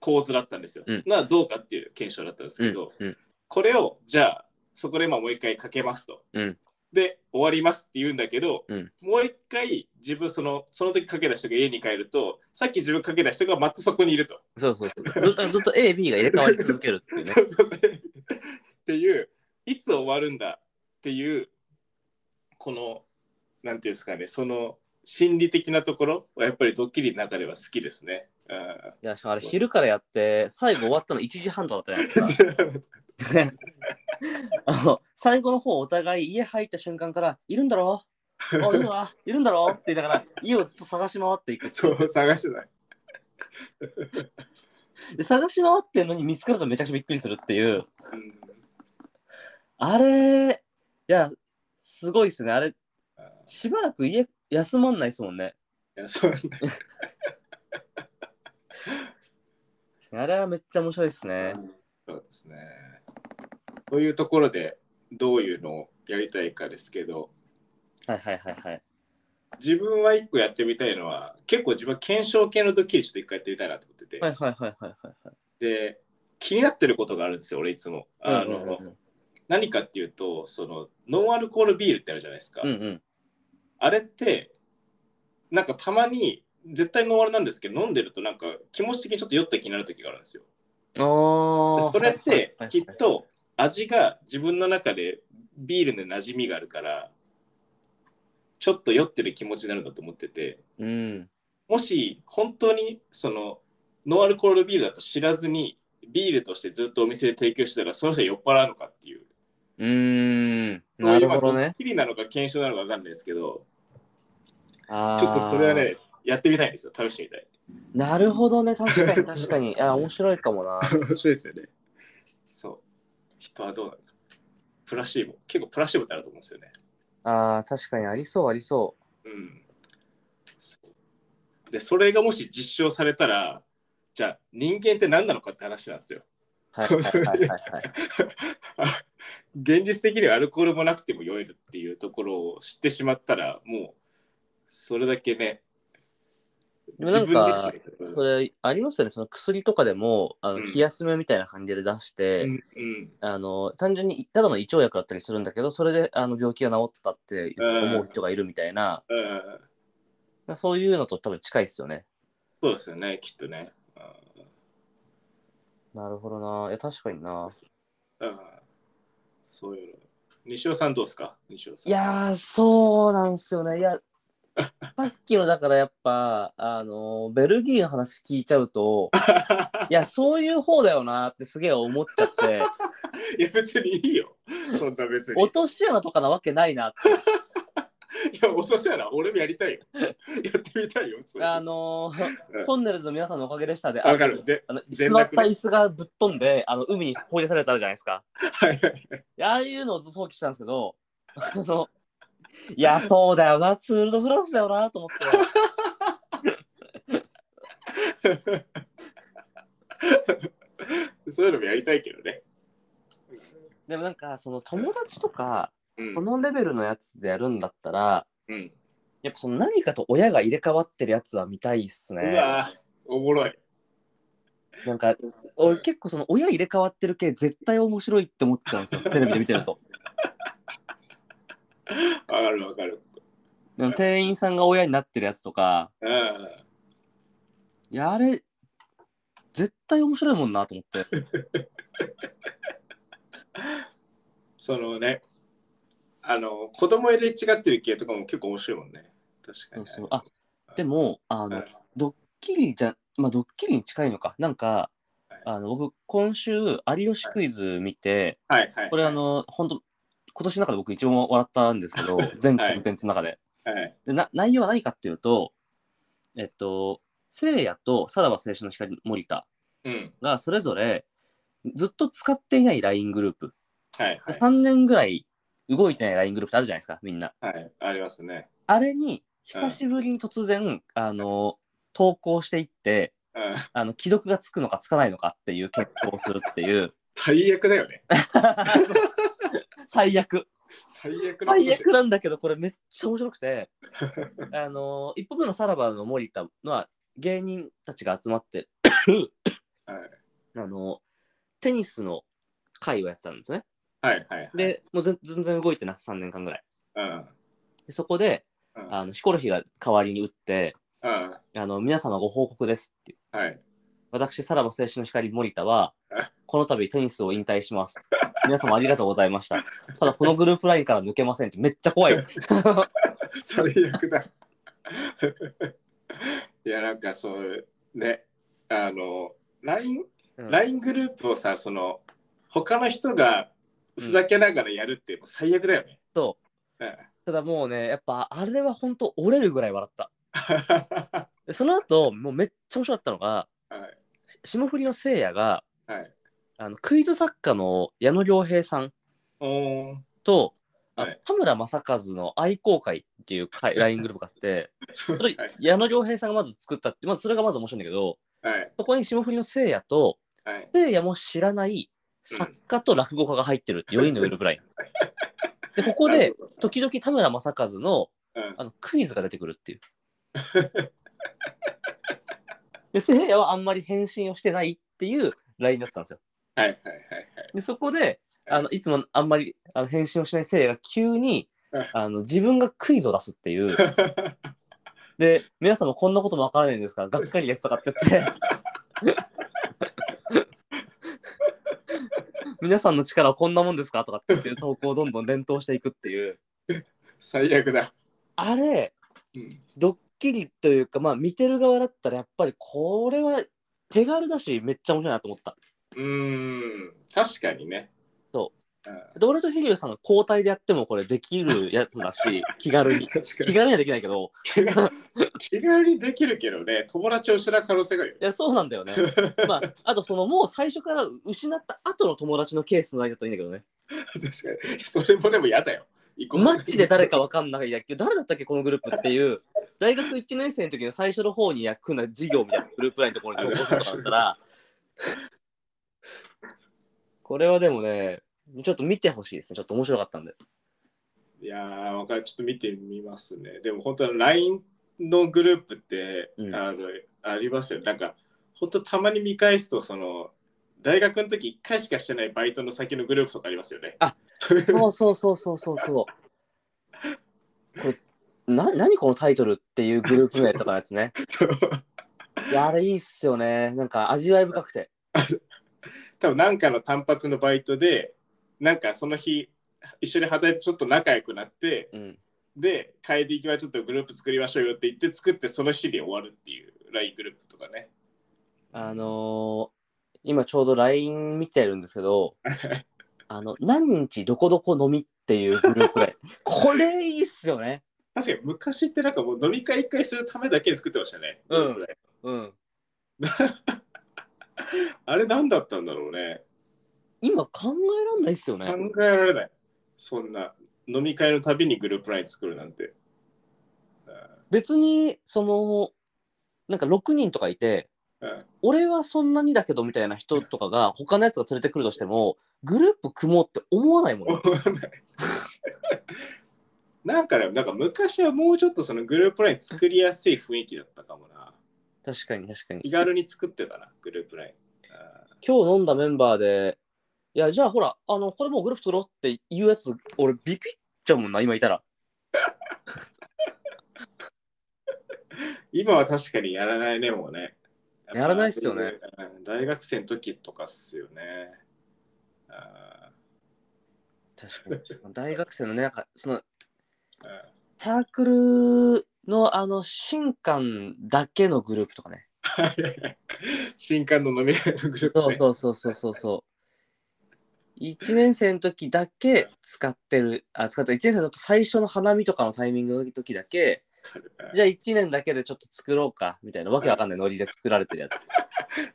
A: 構図だったんですよ。
B: うん
A: などうかっていう検証だったんですけど、
B: うんうん
A: これをじゃあそこでまあもう一回かけますと。
B: うん
A: で終わりますって言うんだけど、
B: うん
A: もう一回自分そのその時かけた人が家に帰るとさっき自分かけた人がまたそこにいると。
B: そうそうそう。ずっとずっと A、B が入れ替わり続けるっていうね
A: そ。うそうそうっていういつ終わるんだっていうこのなんていうんですかねその心理的なところはやっぱりドッキリの中では好きですね。あ
B: いや、しかもあれ昼からやって、最後終わったの1時半とかだったじゃないですか。
A: ー
B: あの最後の方お互い家入った瞬間から「いるんだろ うあいるわいるんだろ?」って言いながら家をずっと探し回っていく
A: そう探してない。
B: で探し回ってんのに見つかるとめちゃくちゃびっくりするっていう
A: うん
B: あれいやすごいっすねあれ
A: あー
B: しばらく家休まんないっすもんね
A: いやそうね
B: あれはめっちゃ面白いっすね
A: そうですね。というところでどういうのをやりたいかですけど
B: はいはいはいはい
A: 自分は一個やってみたいのは結構自分は検証系のドッキリちょっと一回やってみたいなと思ってて、
B: はいはいはいはいはいはい
A: で気になってることがあるんですよ俺いつも。あの、
B: うんうん
A: 何かっていうとそのノンアルコールビールってあるじゃないですか、
B: うんうん
A: あれってなんかたまに絶対ノンアルなんですけど飲んでるとなんか気持ち的にちょっと酔った気になる時があるんですよ。
B: あー
A: それって
B: はいはいはい
A: きっと味が自分の中でビールの馴染みがあるからちょっと酔ってる気持ちになるんだと思ってて
B: うん
A: もし本当にそのノンアルコールビールだと知らずにビールとしてずっとお店で提供してたらその人は酔っ払うのかっていう
B: うーんなるほどね
A: きりなのか検証なのか分かんないですけど
B: あー
A: ちょっとそれはねやってみたいんですよ試してみたい
B: なるほどね、確かに確かに。いや、面白いかもな。
A: 面白いですよねそう人はどうなのかプラシーボ結構プラシーボってあると思うんですよね
B: ああ、確かにありそうありそ
A: うんそうでそれがもし実証されたらじゃあ人間って何なのかって話なんですよ。
B: う。はいはいはいはい、はい。
A: 現実的にはアルコールもなくても酔えるっていうところを知ってしまったらもうそれだけね
B: でもなんか
A: 身
B: それありますよね、その薬とかでも、あ
A: う
B: の
A: ん
B: 気休めみたいな感じで出して、
A: うんうん
B: あの単純にただの胃腸薬だったりするんだけど、それであの病気が治ったって思う人がいるみたいな、
A: うん
B: まあそういうのと多分近いですよね。
A: そうですよねきっとね。うん
B: なるほどな。いや、確かに
A: う
B: な。
A: んそういうの。西尾さんどうですか西尾さん。
B: いやー、そうなんすよね。い や、さっきのだからやっぱ、あのベルギーの話聞いちゃ うと、いや、そういう方だよなってすげえ思っちゃ って、
A: いや別にいいよ。そんな別に。
B: 落とし穴とかなわけないなって。
A: いや、落としたら俺もやりたいよ。やってみたいよ、普通 に
B: あの
A: うん
B: ー、トンネルズの皆さんのおかげでしたで、あ
A: わか
B: の
A: る。ぜ
B: あの
A: 全
B: 座っ
A: 楽
B: た
A: ね
B: 椅子がぶっ飛んで、あの海に放り出されたじゃないですか。
A: はいはい
B: いやああいうのを想起したんですけど、あの、いや、そうだよな、ツール・ド・フランスだよなと思って。
A: そういうのもやりたいけどね。
B: でもなんか、その友達とか、
A: うん
B: こ。のレベルのやつでやるんだったら、
A: うん
B: やっぱその何かと親が入れ替わってるやつは見たいっすね。
A: うわぁ、おもろい。
B: なんか俺結構その親入れ替わってる系絶対面白いって思っちゃうん ですよテレビで見てると
A: わかるわかる。
B: 店員さんが親になってるやつとか
A: うん。
B: いやあれ絶対面白いもんなと思って
A: そのね、あの、子供入れ違ってる系とかも結構面白いもんね。確か
B: そ
A: に
B: う
A: ね。
B: そうあでもあ
A: うん、
B: のドッキリじゃまあドッキリに近いのかなんか
A: はい
B: あの僕、今週、有吉クイズ見て、
A: はいはい。
B: これ、あ、の、本当今年の中で僕一番笑ったんですけど、全
A: はい
B: コンテンツの中で。
A: はい。
B: でな内容は何かっていうと、えっと、せいやとさらば青春の光森田
A: うん。
B: がそれぞれずっと使っていない LINE グループ、
A: はいはい。
B: 3年ぐらい動いてない LINE グループってあるじゃないですかみんな
A: はい。ありますね。
B: あれに久しぶりに突然、あの投稿していって
A: うん。
B: あの既読がつくのかつかないのかっていう結果をするっていう
A: 最悪だよね。
B: 最悪
A: 最悪なこと
B: 最
A: で
B: 悪なんだけどこれめっちゃ面白 くてあの一歩目のさらばの森田のは芸人たちが集まって
A: はい
B: あのテニスの会をやってたんですね
A: はいはいはい。
B: でもう全全然動いてなく3年間ぐらい
A: うん。
B: でそこで
A: うん。
B: あのヒコロヒーが代わりに打って
A: うん。
B: あの皆様ご報告ですっていう
A: はい。
B: 私さらば青春の光森田は
A: え
B: この度テニスを引退します皆様ありがとうございましたただこのグループラインから抜けませんってめっちゃ怖い
A: 最悪だ。いや、なんかそう、ね、あの、LINE、
B: うん
A: LINE グループをさ、その、他の人がふざけながらやるってもう最悪だよね。
B: そう
A: うん。
B: ただもうねやっぱあれは本当折れるぐらい笑ったでその後もうめっちゃ面白かったのが
A: はい。
B: し霜降りのせいやが
A: はい。
B: あのクイズ作家の矢野良平さん
A: おーん。
B: と、あ
A: はい
B: 田村正和の愛好会っていう 会 LINE グループがあって
A: そう
B: そ
A: は
B: れ
A: い。
B: 矢野良平さんがまず作ったって、まずそれがまず面白いんだけど
A: はい。
B: そこに霜降りのせいやと
A: はい。
B: せいやも知らない作家と落語家が入ってるって4人のグループライン。 でここで
A: なるほど、
B: 時々田村正和の
A: うん
B: あのクイズが出てく るっていう。でせいやはあんまり返信をしてないっていう LINE だったんですよ。
A: はい はいはいはい。
B: でそこであのいつもあんまりあの返信をしないせいやが急に
A: うん
B: あの自分がクイズを出すっていう で皆さんもこんなこともわからないんですからがっかりですとかって言って 皆さんの力はこんなもんですかとかって言ってる投稿をどんどん連投していくっていう
A: 最悪だ。
B: あれ
A: うん。
B: ドッキリというかまあ見てる側だったらやっぱりこれは手軽だしめっちゃ面白いなと思った
A: うーん。確かにね。。
B: そう
A: うん、
B: で俺と飛龍さんが交代でやってもこれできるやつだし気軽に
A: 確か
B: 気
A: に
B: 軽にはできないけど
A: 気軽。気軽にできるけどね、友達を失う可能性があるよね
B: いやそうなんだよね。まあ、あとそのもう最初から失った後の友達のケースの間だったらいいんだけどね。
A: 確かに。それもでも嫌だよ。一個
B: マッチで誰かわかんない野球、誰だったっけこのグループっていう、大学1年生の時の最初の方に役な授業みたいなグループラインのところに投稿するとかだったら、これはでもね、ちょっと見てほしいですね。ちょっと面白かったんで。
A: いやー、わかる。ちょっと見てみますね。でも本当は LINE のグループって、
B: うん
A: あのありますよ。なんか、本当たまに見返すと、その、大学の時1回しかしてないバイトの先のグループとかありますよね。
B: あそうそうそうそうそうそう。これな何このタイトルっていうグループ名とかのやつね。
A: そう
B: いやあれいいっすよね。なんか味わい深くて。
A: 多分なんかの単発のバイトでなんかその日一緒に働いてちょっと仲良くなって
B: うん。
A: で帰り際ちょっとグループ作りましょうよって言って作ってその日で終わるっていう LINE グループとかね
B: あのー今ちょうど LINE 見てるんですけ ど、あの、何日どこどこのみっていうグループ で、これいいっすよね。
A: 確かに昔ってなんかもう飲み会一回するためだけに作ってましたね
B: うんうん。
A: あれ何だったんだろうね
B: 今考えらんないっすよね。
A: 考えられないそんな飲み会のたびにグループ LINE 作るなんて
B: 別に、その、なんか6人とかいて、
A: うん
B: 俺はそんなにだけどみたいな人とかが他のやつが連れてくるとしても、グループ組もうって思わないもんね。
A: 思わない なんかねなんか昔はもうちょっとそのグループ LINE 作りやすい雰囲気だったかもな
B: 確かに確かに。
A: 気軽に作ってたな、グループライン。
B: 今日飲んだメンバーで、いや、じゃあほら、あの、これもうグループ取ろうって言うやつ、俺ビビっちゃうもんな、今いたら。
A: 今は確かにやらないね、もうね。
B: やらないっすよね
A: うん。大学生の時とかっすよね。あ
B: 確かに。大学生のね、なんか、その、
A: ーうん
B: サークルの、あの、新刊だけのグループとかね。
A: 新刊の飲み会のグループ、ね、
B: そうそうそうそうそうそう。1年生の時だけ使ってる、あ、使って1年生の時最初の花見とかのタイミングの時だけ、じゃあ1年だけでちょっと作ろうかみたいなわけわかんないノリで作られてるやつ。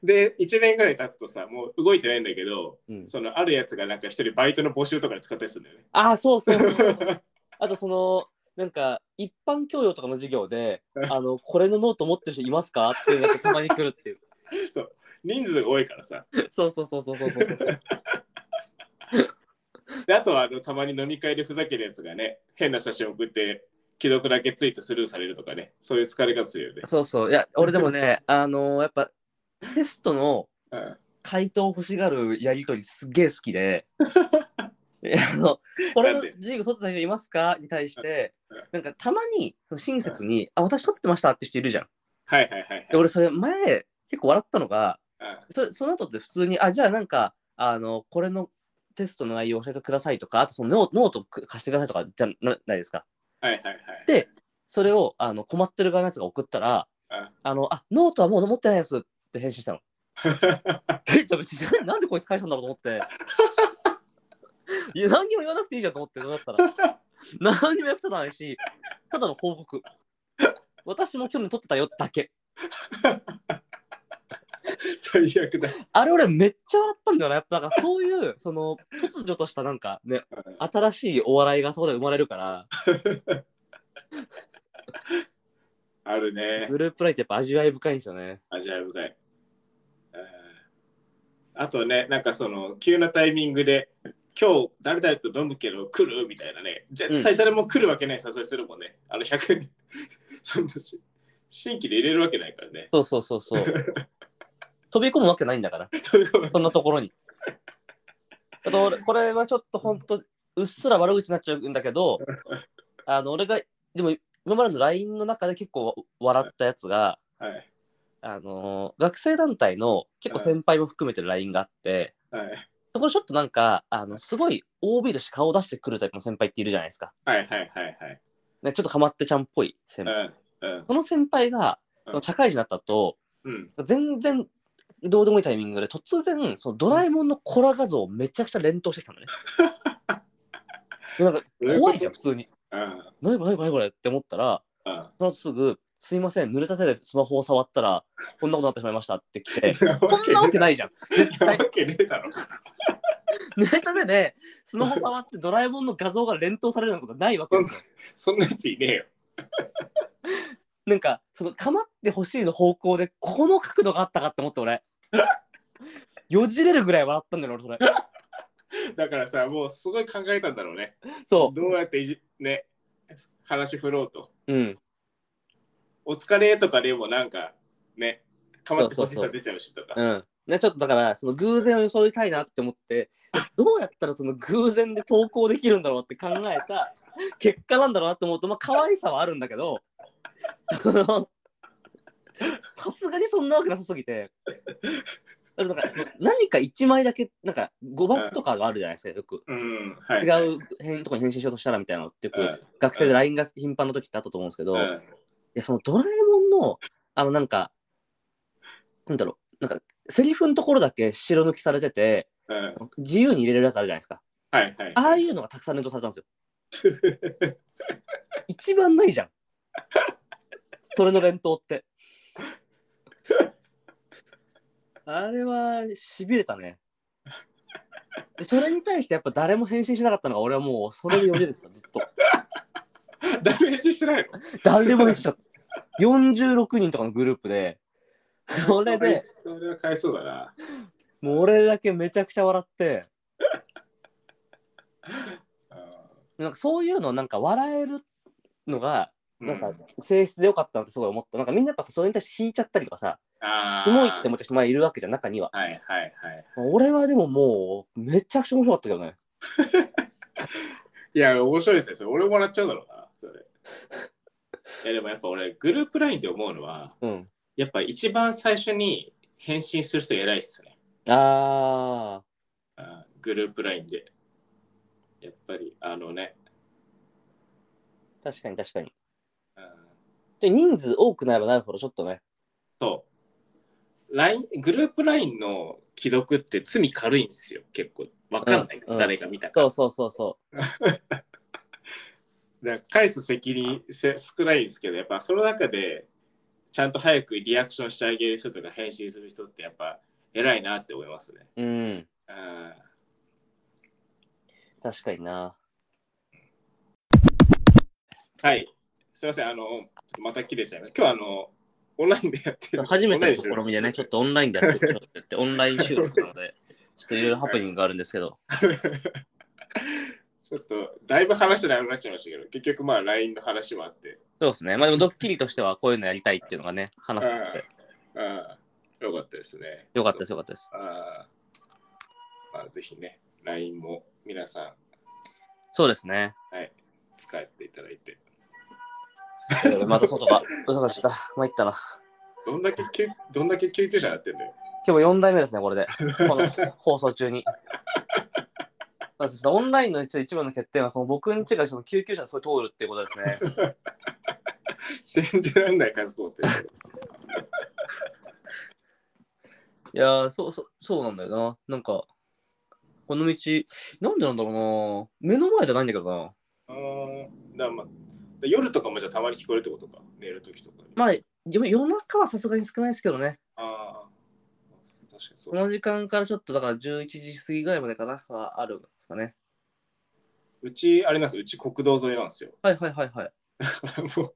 A: で、1年ぐらい経つとさ、もう動いてないんだけど、
B: うん
A: そのあるやつがなんか一人バイトの募集とかで使ったりするんだよね。
B: ああ、そうそうそうそう そう。あとその、なんか一般教養とかの授業で、あの、これのノート持ってる人いますかっていうのがたまに来るっていう。
A: 人数が多いからさ。
B: そうそうそうそうそうそうそう。
A: であとはあのたまに飲み会でふざけるやつがね、変な写真送って、既読だけツイートスルーされるとかね、そういう疲れ方するよね。
B: そうそう。いや、俺でもね、あのやっぱテストの
A: うん
B: 回答を欲しがるやりとりすげえ好き でいやあのこ
A: な
B: れの
A: んで
B: 授業取ってた人いますかに対して
A: うんうん
B: なんかたまにその親切に「あ私取ってました」って人いるじゃん。
A: はいはいはい
B: で
A: はい。
B: 俺それ前結構笑ったのが
A: うん
B: それその後って普通に「あじゃあなんかあのこれのテストの内容を教えてください」とかあとそのノノートく貸してくださいとかじゃなないですか。
A: はいはいはい。
B: でそれをあの困ってる側のやつが送ったら
A: うん
B: 「あのあノートはもう持ってないです」って返信したの。えじゃあ別に なんでこいつ返したんだろうと思って。いや何にも言わなくていいじゃんと思ってだったら何にも役立たないしただの報告私も去年撮ってたよってだけ
A: 最悪だ。
B: あれ俺めっちゃ笑ったんだよなやっぱだからそういうその突如としたなんかね新しいお笑いがそこで生まれるから
A: あるね。
B: グループライってやっぱ味わい深いんですよね
A: アジア深い。うんあとね、なんかその急なタイミングで、今日誰々と飲むけど来るみたいなね、絶対誰も来るわけない誘いするもんね。あの100人、そんなし新規で入れるわけないからね。
B: そうそうそうそう飛び込むわけないんだから
A: ということで
B: そんなところにあと俺これはちょっとほんとうっすら悪口になっちゃうんだけどあの俺がでも今までの LINE の中で結構笑ったやつが
A: はい。
B: あのー学生団体の結構先輩も含めてる LINE があって、
A: はい。
B: そこちょっとなんか、あのすごい OB として顔を出してくるタイプの先輩っているじゃないですか。
A: はいはいはいはい。
B: ね、ちょっとかまってちゃんっぽい先輩。
A: うん。うん
B: その先輩が、
A: うん
B: その社会人だった後、
A: うん。
B: 全然どうでもいいタイミングで突然、そのドラえもんのコラ画像をめちゃくちゃ連投してき たのね。なんか怖いじゃん、普通に。
A: うん。
B: 何これ何これ何これって思ったら、
A: うん。
B: その後すぐ、すいません、濡れた手でスマホを触ったら、こんなことになってしまいましたって来て、
A: な
B: こ
A: わ
B: ん
A: け
B: なわけ
A: ね
B: ないじゃん。
A: なわけねえだろ。
B: ネタでね、スマホ触ってドラえもんの画像が連投されるようなことないわけですよ。
A: そんなやついねえよ。
B: なんか、その構ってほしいの方向で、この角度があったかって思って 俺。よじれるぐらい笑ったんだよね俺それ。
A: だからさ、もうすごい考えたんだろうね。
B: そ
A: どうやっていじ、ね、話振ろうと。
B: う。うん。
A: お疲れとかでもなんか、ね、かまってほし
B: そうそうそ
A: さ
B: う
A: 出ちゃうしとか。
B: うん。ね、ちょっとだから、その偶然を装いたいなって思って、どうやったらその偶然で投稿できるんだろうって考えた結果なんだろうなって思うと、まあ、可愛さはあるんだけど、 そのさすがにそんなわけなさすぎて、だってなんかその何か1枚だけ、なんか誤爆とかがあるじゃないですか、よく。
A: うん、はい。
B: 違う変とこに返信しようとしたらみたいなのってよく、
A: うん
B: 学生で LINE が頻繁な時ってあったと思うんですけど、
A: うん。
B: いや、そのドラえもんの、あの、なんか、なんだろう、なんか、セリフのところだけ白抜きされてて、
A: うん。はい
B: 自由に入れれるやつあるじゃないですか。
A: はいはい。
B: ああいうのがたくさん連動されたんですよ。一番ないじゃん。それの連投って。あれは、しびれたね。でそれに対してやっぱ誰も返信しなかったのが俺はもうそれで読んでですよずっと
A: ダメージしてないの
B: 誰も返信しなかった46人とかのグループで それで
A: それはかわいそうだな。
B: もう俺だけめちゃくちゃ笑って、なんかそういうのなんか笑えるのが、
A: う
B: なんか性質でよかったなってすごい思った。なんかみんなやっぱさそれに対して引いちゃったりとかさ、
A: ああ。
B: キモいって思った人前いるわけじゃん、中には。
A: はいはいはい。
B: 俺はでももう、めちゃくちゃ面白かったけどね。
A: いや、面白いですね。それ俺もらっちゃうだろうな。それ。 いや、でもやっぱ俺、グループラインで思うのは、
B: うん。
A: やっぱ一番最初に返信する人偉いっすね。
B: あ
A: あーグループラインで。やっぱり、あのね。
B: ー、確かに確かに。
A: うん
B: で、人数多くなればなるほど、ちょっとね、
A: そライングループ LINE の既読って罪軽いんですよ、結構。わかんない、
B: うんうん
A: 誰が見たか。
B: そうそうそうそ
A: だから返す責任せ少ないんですけど、やっぱその中で、ちゃんと早くリアクションしてあげる人とか返信する人って、やっぱ偉いなって思いますね。
B: う。うん。
A: うん
B: 確かにな。
A: はい。すいません、あの、ちょっとまた切れちゃいます。今日はあの、オンラインでやってる。
B: 初めての試
A: オンライン
B: み
A: で
B: でね、ちょっとオンラインでやってみようって言って、オンライン収録なの で、ちょっといろいろハプニングがあるんですけど、
A: ちょっと、だいぶ話長くなっちゃいましたけど、結局まあ LINE の話もあって、
B: そうですね。まあでもドッキリとしてはこういうのやりたいっていうのがね、話してて、
A: ああ、よかったですね。。
B: よかったですす、よかったです。
A: ああまあ、ぜひね、LINE も皆さ
B: そうです ね。
A: ん、はい、使っていただいて。
B: また外が、うさした。参ったな。
A: どんだけ救、どんだけ救急車やってんだよ。
B: 今日も4代目ですね、これで。この放送中 に。そうですねオンラインの一一番の欠点は、この僕ん家がその救急車がすごい通るっていうことですね。
A: 信じられない数通ってる。
B: いやーそうそう、そうなんだよな。なんか、この道、なんでなんだろうな。目の前じゃないんだけどな。
A: うーん、だからまあ、夜とかもじゃあたまに聞こえるってことか、寝るときとかに。
B: まあ、夜夜中はさすがに少ないですけどね。
A: ああ、確かにそう
B: この時間からちょっとだから11時過ぎぐらいまでかなはあるんですかね。
A: うち、あれなんですよ、うち国道沿いなんですよ。
B: はいはいはいはい。
A: もう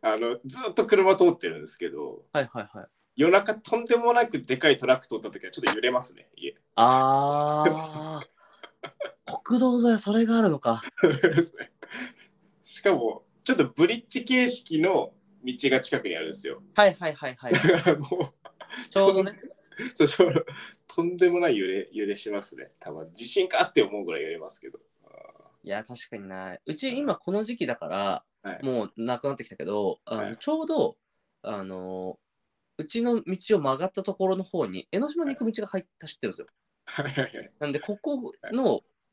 A: あのずっと車通ってるんですけど、
B: はいはいはい。
A: 夜中とんでもなくでかいトラック通ったときはちょっと揺れますね、家。
B: あ ー。国道沿いはそれがあるのか。
A: ですね しかも、ちょっとブリッジ形式の道が近くにあるんですよ。
B: はいはいはい はい。
A: だからも
B: ちょうどね。
A: う、そうそうとんでもない揺れ揺れしますね。たまに地震かって思うぐらい揺れますけど。
B: いや、確かにな。うち今この時期だから、
A: はい
B: もうなくなってきたけど、あの
A: はい
B: ちょうど、あのうちの道を曲がったところの方に江ノ島に行く道が入っ走ってるんですよ。
A: はいはいはい
B: なんで、ここの、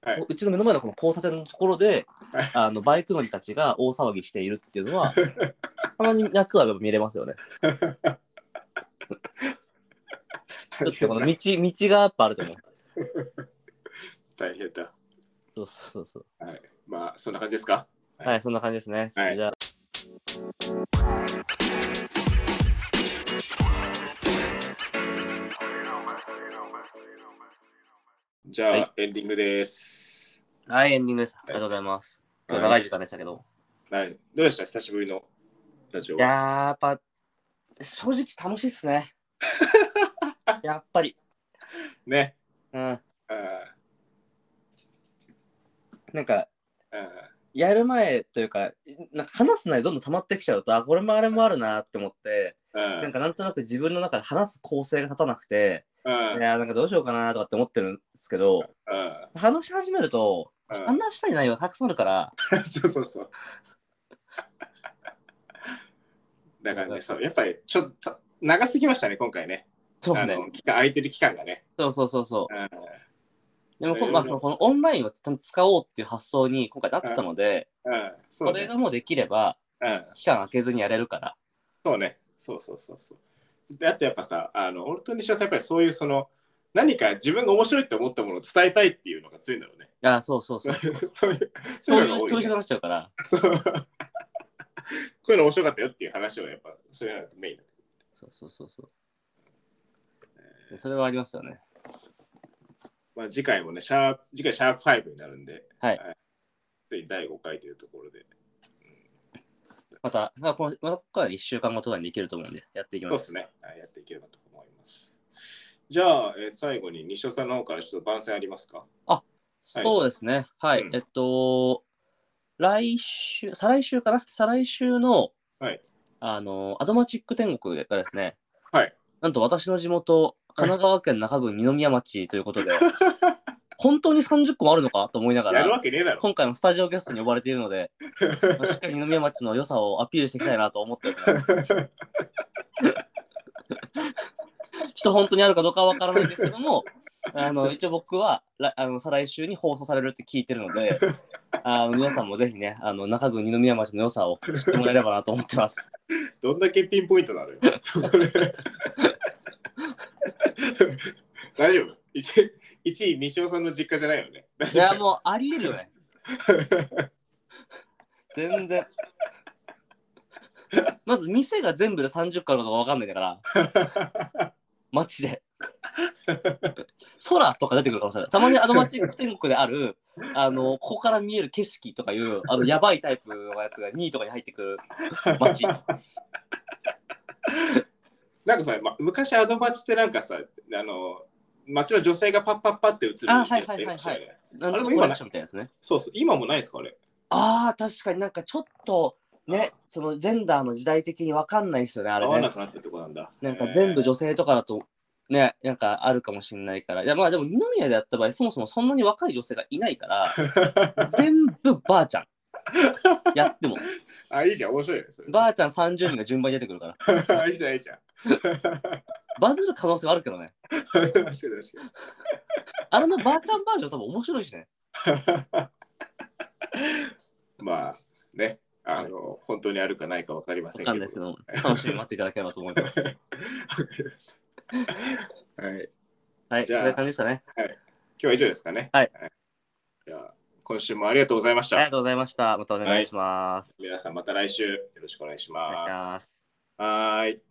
A: はいはいう
B: ちの目の前のこの交差点のところで、
A: はい
B: あのバイク乗りたちが大騒ぎしているっていう のは、たまに夏はやっぱ見れますよね。ちょっとこの道道がやっぱあると思う。
A: 大変だ。
B: そうそうそうそう。
A: はい、まあ、そんな感じですか
B: はい、そんな感じですね。
A: はい
B: じゃあ
A: じゃあ、
B: はい
A: エンディングです。
B: はい、エンディングです。ありがとうございます。今日長い時間でしたけど。
A: はい、どうでした久しぶりのラジオ
B: い
A: は
B: やー、やっぱ、正直楽しいっ すね。やっぱり。
A: ね。
B: う
A: う
B: ん。
A: ん
B: なんか、
A: うん
B: やる前というか、なんか話す内容どんどん溜まってきちゃうと、あ、これもあれもあるなって思って、
A: うん
B: なんかなんとなく自分の中で話す構成が立たなくて、
A: うん
B: いやー、なんかどうしようかなとかって思ってるんですけど、
A: うん
B: 話し始めると、
A: うん
B: 話したい内容がたくさんあるから、
A: そうそうそう。だからね、そうやっぱりちょっと長すぎましたね、今回ね。
B: そう
A: あ
B: ね。
A: の期間空いてる期間がね。
B: そうそうそうそう。
A: うん
B: でも、
A: え
B: こ
A: ー
B: まあ、そのこのオンラインをちゃんと使おうっていう発想に今回なったので、
A: うん、そ
B: こ
A: う
B: れ
A: ね
B: が。もうできれば、
A: うん、
B: 期間空けずにやれるから。
A: そうね。そうそうそうそう。で、あとやっぱさ、あの、俺と西尾さん、やっぱりそういうその、何か自分が面白いって思ったものを伝えたいっていうのが強いんだろうね。
B: あーそうそうそう。
A: そういう、そ
B: そう
A: う
B: い
A: いうの
B: う
A: が
B: 教
A: 多い
B: 授
A: ね、
B: が出しちゃうから。
A: そう。こういうの面白かったよっていう話をやっぱ、そういうのがメインだと
B: そうそうそうそう。それはありますよね。
A: まあ、次回もね、シャープ、次回シャープ5になるんで、
B: はい
A: ついに第5回というところで。
B: また、まあ、このまたここから1週間後とかにできると思うんで、やっていき
A: そう
B: ま。
A: ですすね。はいやっていければと思います。じゃあ、えー最後に西尾さんの方からちょっと番宣ありますかはい
B: そうですね。はい。
A: うん
B: えっと、来週、再来週かな再来週の、
A: はい
B: あの、アドマチック天国がですね、
A: はい。
B: なんと私の地元、神奈川県中郡二宮町ということ で、本当に30個もあるのかと思いなが
A: やるわ
B: ら、
A: けねえだろ。
B: 今回もスタジオゲストに呼ばれているので、まあしっかり二宮町の良さをアピールしていきたいなと思っております ちょっと本当にあるかどうかはわからないんですけども、あの一応僕はらあの再来週に放送されるって聞いてるので、あの皆さんもぜひね、あの中郡二宮町の良さを知ってもらえればなと思ってます。
A: どんだけピンポイントなのよ。それ大丈夫 ?1 位、三島さんの実家じゃないよね。
B: いや、もうありえるよね。全然。まず店が全部で30個あることが分かんないんだから、マジで。空とか出てくるかもしれない。たまにあの街天国である、あの、ここから見える景色とかいう、あの、やばいタイプのやつが2位とかに入ってくる街。
A: なんかさ、ま、昔アドバチってなんかさ、あの、街の女性がパッパッパって映るみたなやつ
B: あはいはいはいはい
A: やってましたよね
B: なんと
A: あ
B: か
A: れ
B: コ
A: も今
B: レ
A: な
B: クションみたいなやつね。
A: そうそう、今もないですか、あれ。
B: ああ、確かになんかちょっとね、そのジェンダーの時代的に分かんないですよね、あ
A: 合
B: れ
A: わ
B: ね
A: な。くなったとこなんだ。
B: なんか全
A: えー
B: 部女性とかだと、ね、なんかあるかもしれないから。いや、まあでも二宮でやった場合、そもそもそんなに若い女性がいない から、全部ばあちゃん。やっても。
A: あ、いいじゃん、面白いよね。それ
B: ばあちゃん30人が順番に出てくるか ら。
A: いいじゃん、いいじゃん。
B: バズる可能性はあるけどね。
A: 確かに確かに。
B: あれのばあちゃんバージョン多分面白いしね。
A: まあ、ね、あの、本当にあるかないかわかりませ
B: わ
A: ん
B: か
A: け
B: んない
A: ど
B: ですけ。ど、楽しみに待っていただければと思います。
A: わかりました。はい。
B: はい、
A: じゃ
B: そ
A: あ
B: ういう感じでしたね。
A: 今日は以上ですかね。
B: はい。
A: じゃあ、今週もありがとうございまし
B: ありが
A: た。
B: とうございました。またお願いします。
A: 皆さんまた来週よろしくお願いし
B: お願いし
A: ま。
B: ますす。
A: はーい。